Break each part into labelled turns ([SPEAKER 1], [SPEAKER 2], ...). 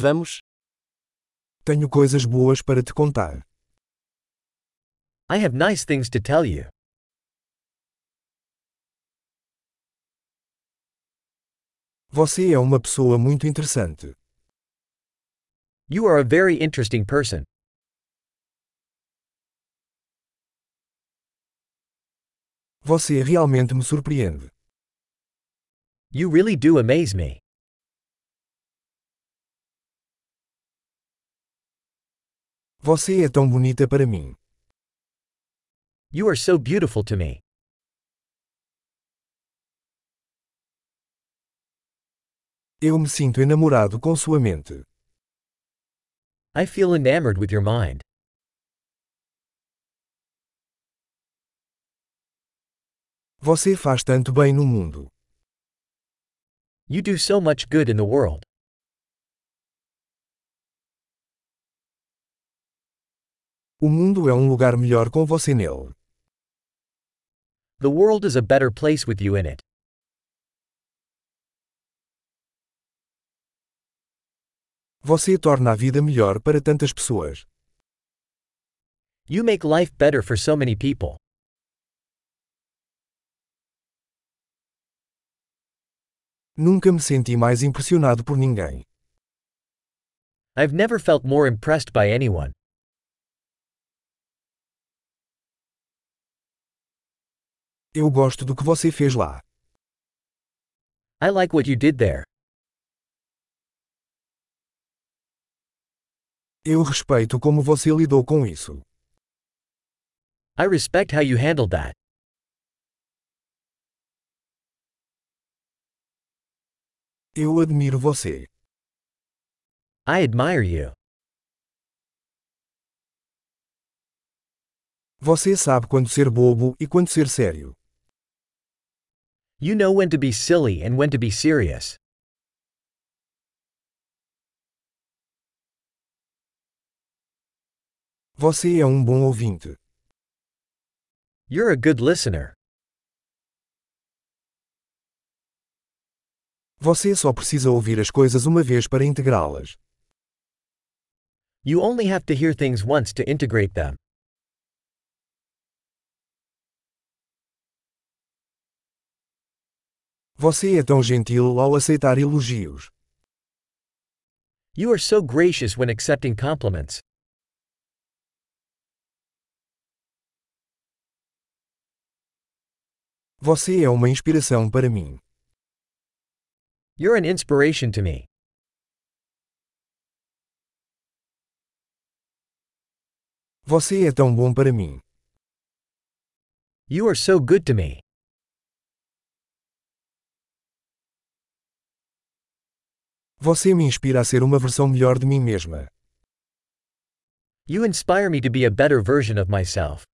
[SPEAKER 1] Vamos.
[SPEAKER 2] Tenho coisas boas para te contar.
[SPEAKER 1] I have nice things to tell you.
[SPEAKER 2] Você é uma pessoa muito interessante.
[SPEAKER 1] You are a very interesting person.
[SPEAKER 2] Você realmente me surpreende.
[SPEAKER 1] You really do amaze me.
[SPEAKER 2] Você é tão bonita para mim.
[SPEAKER 1] You are so beautiful to me.
[SPEAKER 2] Eu me sinto enamorado com sua mente.
[SPEAKER 1] I feel enamored with your mind.
[SPEAKER 2] Você faz tanto bem no mundo.
[SPEAKER 1] You do so much good in the world.
[SPEAKER 2] O mundo é um lugar melhor com você nele.
[SPEAKER 1] The world is a better place with you in it.
[SPEAKER 2] Você torna a vida melhor para tantas pessoas.
[SPEAKER 1] You make life better for so many people.
[SPEAKER 2] Nunca me senti mais impressionado por ninguém.
[SPEAKER 1] I've never felt more impressed by anyone.
[SPEAKER 2] Eu gosto do que você fez lá.
[SPEAKER 1] I like what you did there.
[SPEAKER 2] Eu respeito como você lidou com isso.
[SPEAKER 1] I respect how you handled that.
[SPEAKER 2] Eu admiro você.
[SPEAKER 1] I admire you.
[SPEAKER 2] Você sabe quando ser bobo e quando ser sério.
[SPEAKER 1] You know when to be silly and when to be serious.
[SPEAKER 2] Você é um bom ouvinte.
[SPEAKER 1] You're a good listener.
[SPEAKER 2] Você só precisa ouvir as coisas uma vez para integrá-las.
[SPEAKER 1] You only have to hear things once to integrate them.
[SPEAKER 2] Você é tão gentil ao aceitar elogios.
[SPEAKER 1] You are so gracious when accepting compliments.
[SPEAKER 2] Você é uma inspiração para mim.
[SPEAKER 1] You're an inspiration to me.
[SPEAKER 2] Você é tão bom para mim.
[SPEAKER 1] You are so good to me.
[SPEAKER 2] Você me inspira a ser uma versão melhor de mim mesma.
[SPEAKER 1] You inspire me to be a better version of myself.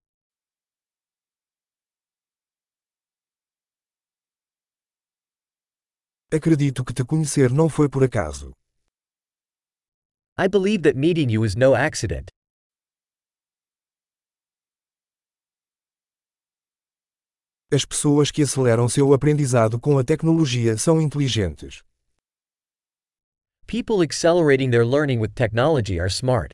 [SPEAKER 2] Acredito que te conhecer não foi por acaso.
[SPEAKER 1] I believe that meeting you is no accident.
[SPEAKER 2] As pessoas que aceleram seu aprendizado com a tecnologia são inteligentes.
[SPEAKER 1] People accelerating their learning with technology are smart.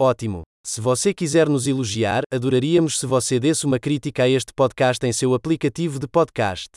[SPEAKER 3] Ótimo! Se você quiser nos elogiar, adoraríamos se você desse uma crítica a este podcast em seu aplicativo de podcast.